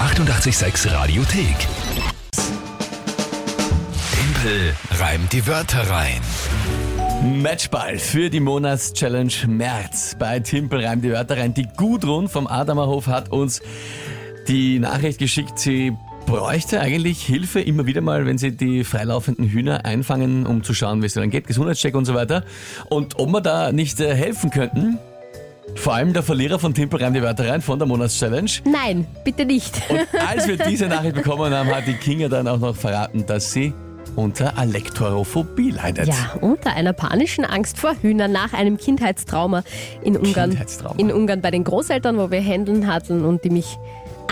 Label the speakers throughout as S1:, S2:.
S1: 886 Radiothek. Tempel reimt die Wörter rein.
S2: Matchball für die Monatschallenge März bei Timpel reimt die Wörter rein. Die Gudrun vom Adamerhof hat uns die Nachricht geschickt, sie bräuchte eigentlich Hilfe immer wieder mal, wenn sie die freilaufenden Hühner einfangen, um zu schauen, wie es dann geht, Gesundheitscheck und so weiter. Und ob wir da nicht äh, helfen könnten, vor allem der Verlierer von Timpel reimt die Wörter rein von der Monatschallenge.
S3: Nein, bitte nicht.
S2: Und als wir diese Nachricht bekommen haben, hat die Kinga dann auch noch verraten, dass sie unter Alektorophobie leidet.
S3: Ja, unter einer panischen Angst vor Hühnern nach einem Kindheitstrauma in Ungarn.
S2: Kindheitstrauma.
S3: In Ungarn bei den Großeltern, wo wir Händeln hatten und die mich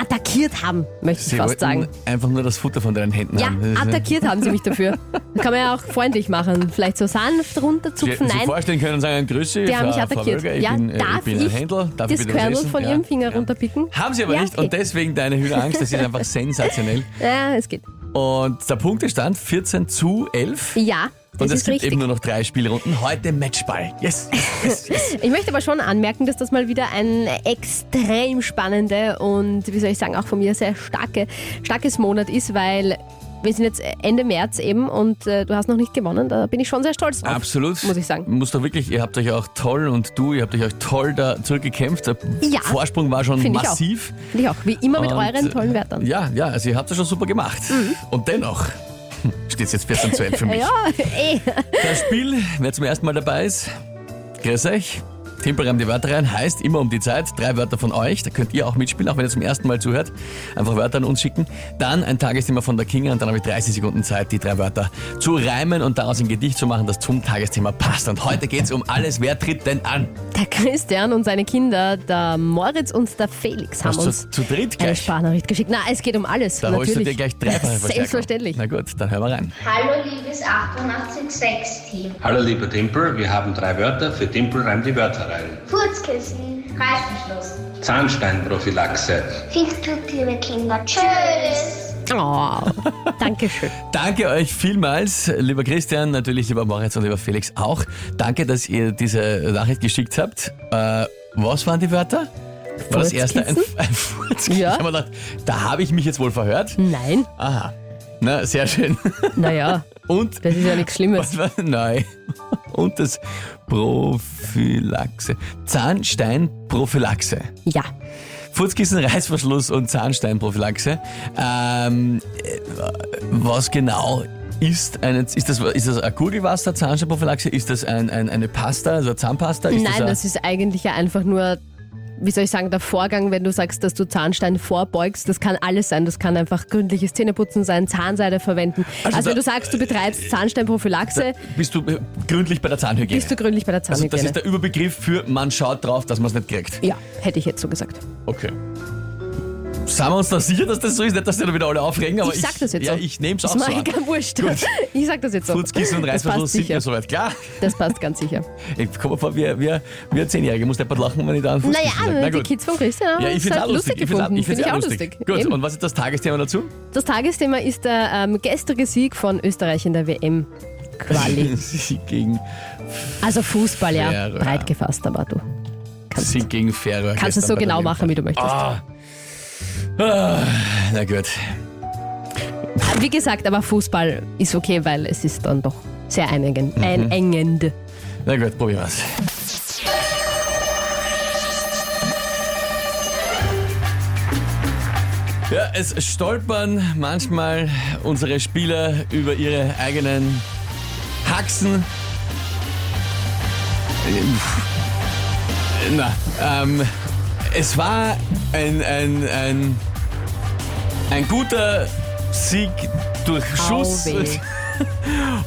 S3: attackiert haben, möchte
S2: Sie
S3: ich
S2: wollten
S3: fast sagen.
S2: einfach nur das Futter von deinen Händen
S3: Ja,
S2: haben.
S3: attackiert haben sie mich dafür. Kann man ja auch freundlich machen. Vielleicht so sanft
S2: Sie
S3: runterzupfen.
S2: hätten sich
S3: Nein,
S2: vorstellen können und sagen, Grüße,
S3: Die
S2: Frau,
S3: haben mich
S2: Frau
S3: attackiert.
S2: Wölger, ich,
S3: Ja,
S2: bin, äh,
S3: darf
S2: ich bin ein
S3: ich
S2: Händler. Darf ich
S3: das
S2: bitte was
S3: Kernel
S2: essen?
S3: von
S2: ja.
S3: Ihrem Finger
S2: ja.
S3: runterpicken.
S2: Haben sie aber
S3: Ja,
S2: nicht
S3: geht.
S2: und deswegen deine Hühnerangst, das ist einfach sensationell.
S3: Ja, es geht.
S2: Und der Punktestand 14 zu 11.
S3: Ja, das
S2: und es
S3: ist
S2: gibt
S3: richtig.
S2: eben nur noch drei Spielrunden. Heute Matchball. Yes, yes, yes.
S3: Ich möchte aber schon anmerken, dass das mal wieder ein extrem spannende und, wie soll ich sagen, auch von mir sehr starke, starkes Monat ist, weil wir sind jetzt Ende März eben und äh, du hast noch nicht gewonnen. Da bin ich schon sehr stolz drauf.
S2: Absolut.
S3: Muss ich sagen.
S2: Muss doch wirklich, ihr habt euch auch toll und du, ihr habt euch auch toll da zurückgekämpft. Der
S3: Ja.
S2: Vorsprung war schon
S3: Find ich auch.
S2: massiv.
S3: Finde ich auch. Wie immer mit
S2: Und,
S3: euren tollen
S2: äh,
S3: Wörtern. Mhm.
S2: Ja, ja, also ihr habt es schon super gemacht. Und dennoch steht es jetzt 14 zu 11 für mich.
S3: Ja, eh.
S2: Das Spiel, wer zum ersten Mal dabei ist, grüß euch. Timpelreim die Wörter rein heißt immer um die Zeit drei Wörter von euch. Da könnt ihr auch mitspielen, auch wenn ihr zum ersten Mal zuhört. Einfach Wörter an uns schicken. Dann ein Tagesthema von der Kinga und dann habe ich 30 Sekunden Zeit, die drei Wörter zu reimen und daraus ein Gedicht zu machen, das zum Tagesthema passt. Und heute geht es um alles. Wer tritt denn an?
S3: Der Christian und seine Kinder, der Moritz und der Felix haben
S2: Hast du
S3: uns
S2: zu, zu dritt
S3: eine
S2: gleich?
S3: Sprachnachricht geschickt. Na, es geht um alles.
S2: Da holst
S3: natürlich.
S2: du dir gleich dreifache Verstärkung.
S3: Selbstverständlich.
S2: Na gut, dann hören wir rein.
S4: Hallo liebes 886-Team.
S5: Hallo lieber Timpel, wir haben drei Wörter für Timpel reimt die Wörter rein.
S6: Furzkissen,
S4: Reißverschluss.
S5: Zahnsteinprophylaxe,
S6: viel Glück, liebe Kinder. Tschüss.
S3: Oh, Dankeschön.
S2: Danke euch vielmals, lieber Christian, natürlich lieber Moritz und lieber Felix auch. Danke, dass ihr diese Nachricht geschickt habt. Äh, was waren die Wörter? War das erste ein,
S3: Furzkissen?
S2: ein Furzkissen?
S3: Ja.
S2: Ich hab mir gedacht, da habe ich mich jetzt wohl verhört.
S3: Nein,
S2: Aha. Na, sehr schön.
S3: naja,
S2: Und
S3: das ist ja nichts Schlimmes.
S2: was war neu? Und das Prophylaxe. Zahnsteinprophylaxe.
S3: Ja,
S2: Furzkissen, Reißverschluss und Zahnsteinprophylaxe. Ähm, äh, was genau ist eine, ist das, ist das ein Gurgelwasser, Zahnsteinprophylaxe? Ist das ein, ein, eine Pasta, also eine Zahnpasta? Ist
S3: Nein,
S2: ein,
S3: das ist eigentlich ja einfach nur, wie soll ich sagen, der Vorgang, wenn du sagst, dass du Zahnstein vorbeugst. Das kann alles sein. Das kann einfach gründliches Zähneputzen sein, Zahnseide verwenden. Also,
S2: da- Äh,
S3: wenn du sagst, du betreibst Zahnsteinprophylaxe,
S2: bist du äh, gründlich bei der Zahnhygiene?
S3: bist du gründlich bei der
S2: also das
S3: Zahnhygiene.
S2: ist der Überbegriff für man schaut drauf, dass man es nicht kriegt.
S3: ja, hätte ich jetzt so gesagt.
S2: Okay. Sind wir uns da sicher, dass das so ist? Nicht, dass die da wieder alle aufregen, aber ich,
S3: ich sag das jetzt
S2: ja,
S3: so.
S2: ich nehme es auch
S3: Das
S2: so
S3: mache
S2: an.
S3: ich gar wurscht.
S2: Gut.
S3: Ich sag das jetzt so.
S2: Furzkissen und
S3: das passt
S2: Reißverschluss sind
S3: sicher.
S2: mir soweit klar.
S3: Das passt ganz sicher.
S2: Ich komme mir vor wie, wie, wie ein Zehnjähriger. Ich muss deppert lachen, wenn ich da einen Fuß
S3: Naja,
S2: um Na
S3: die
S2: gut.
S3: Kids von Christian haben
S2: Ja, ich
S3: es
S2: finde es
S3: halt
S2: auch lustig.
S3: lustig
S2: find's auch-
S3: gefunden.
S2: find's
S3: Finde ich
S2: auch
S3: auch lustig.
S2: Gut,
S3: Eben.
S2: und was ist das Tagesthema dazu?
S3: Das Tagesthema ist der ähm, gestrige Sieg von Österreich in der WM. Quali.
S2: Sieg gegen,
S3: Also Fußball, ja.
S2: Fair, ja.
S3: Breit gefasst, aber du kannst,
S2: Sieg gegen Färöer.
S3: kannst es
S2: gestern
S3: so
S2: bei der
S3: genau
S2: WM.
S3: machen, wie du möchtest.
S2: Ah. Ah, na gut.
S3: Äh, Wie gesagt, aber Fußball ist okay, weil es ist dann doch sehr einengen,
S2: Mhm.
S3: einengend.
S2: Na gut, probieren wir's. Ja, es stolpern manchmal unsere Spieler über ihre eigenen Haxen. Ähm, Na, ähm, es war ein, ein, ein, ein guter Sieg durch Schuss.
S3: Au weh.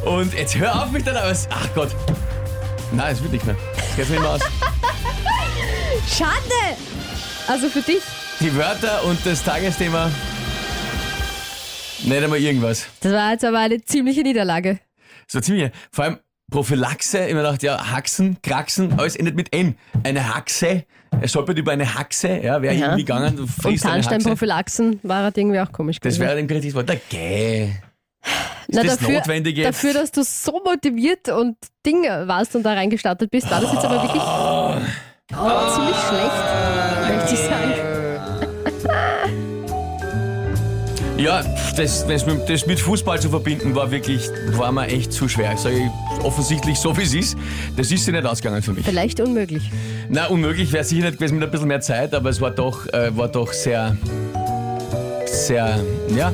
S2: Und jetzt hör auf mich dann, aber es, ach Gott. Nein, es wird nicht mehr. Jetzt nehmen wir aus.
S3: Schade! Also für dich,
S2: Die Wörter und das Tagesthema. Nicht einmal irgendwas.
S3: das war jetzt aber eine ziemliche Niederlage.
S2: So ziemlich. Vor allem Prophylaxe, immer gedacht, ja, Haxen, Kraxen, alles endet mit N. Eine Haxe, er stolpert über eine Haxe, ja, wäre
S3: Ja.
S2: irgendwie gegangen, du
S3: Und
S2: frisst eine Haxe.
S3: Zahnsteinprophylaxen war halt irgendwie auch komisch.
S2: Das
S3: gewesen.
S2: wäre ein kritisches Wort. Na, geh.
S3: Na,
S2: das Notwendige jetzt?
S3: dafür, dass du so motiviert und Ding warst und da reingestartet bist, war das jetzt aber wirklich
S2: Ah.
S3: ziemlich schlecht, möchte ich sagen.
S2: Ja, das, das, mit, das mit Fußball zu verbinden war wirklich, war mir echt zu schwer. Ich sage offensichtlich so, wie es ist. Das ist sie nicht ausgegangen für mich.
S3: Vielleicht unmöglich.
S2: Na, unmöglich wäre sicher nicht gewesen mit ein bisschen mehr Zeit, aber es war doch, äh, war doch sehr, sehr, ja,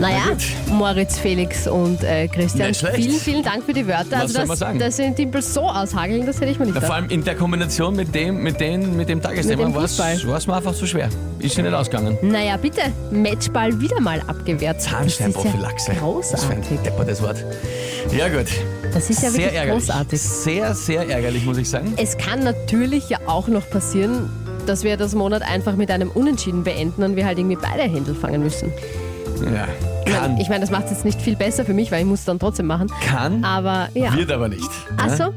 S3: Naja,
S2: Na gut.
S3: Moritz, Felix und äh, Christian,
S2: Nicht schlecht.
S3: vielen, vielen Dank für die Wörter.
S2: Was
S3: also
S2: soll
S3: das,
S2: man sagen?
S3: dass sie den Timpel so aushageln, das hätte ich mir nicht
S2: Na, vor
S3: gedacht.
S2: allem in der Kombination mit dem, mit dem, mit dem Tagesthema
S3: dem
S2: war es
S3: Fußball.
S2: mir einfach zu schwer. Ist sie nicht ausgegangen.
S3: Naja, bitte, Matchball wieder mal abgewehrt.
S2: Zahnsteinprophylaxe.
S3: Das ist ja
S2: Das ist
S3: großartig.
S2: ein deppertes Wort. Ja gut.
S3: Das ist ja
S2: sehr
S3: wirklich
S2: ärgerlich.
S3: großartig.
S2: Sehr, sehr ärgerlich, muss ich sagen.
S3: Es kann natürlich ja auch noch passieren, dass wir das Monat einfach mit einem Unentschieden beenden und wir halt irgendwie beide Händel fangen müssen.
S2: Ja.
S3: Ich meine-
S2: Kann.
S3: Ich meine, das macht es jetzt nicht viel besser für mich, weil ich muss es dann trotzdem machen.
S2: kann.
S3: Aber ja.
S2: Wird aber nicht.
S3: Achso,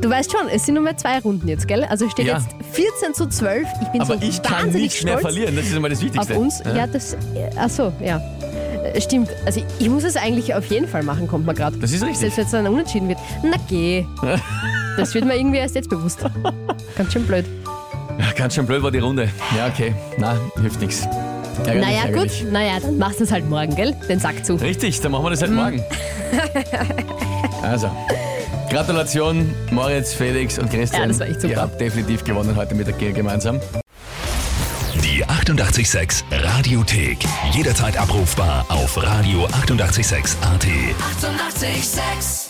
S3: du weißt schon, es sind nur mehr zwei Runden jetzt, gell? Also steht
S2: Ja.
S3: jetzt 14 zu 12. Ich bin
S2: Aber
S3: so
S2: ich kann
S3: also wahnsinnig
S2: nichts mehr
S3: stolz
S2: verlieren, das ist immer das
S3: auf
S2: Wichtigste.
S3: uns. Ja, das. Achso, ja. Äh, Stimmt. Also ich, ich muss es eigentlich auf jeden Fall machen, kommt mir gerade.
S2: Das ist richtig.
S3: Selbst wenn es dann unentschieden wird. Na geh. das wird mir irgendwie erst jetzt bewusst. Ganz schön blöd.
S2: Ja, Ganz schön blöd war die Runde. Ja, okay. Na, hilft nichts. Ärgerlich,
S3: Naja,
S2: ärgerlich.
S3: gut. Naja, dann machst du es halt morgen, gell? Den Sack zu.
S2: Richtig, dann machen wir das halt morgen.
S3: Hm.
S2: Also, Gratulation Moritz, Felix und Christian.
S3: Ja, das war echt super.
S2: Ihr habt definitiv gewonnen heute mit der GER gemeinsam.
S1: Die 886 Radiothek. Jederzeit abrufbar auf radio886.at. 886!
S7: 886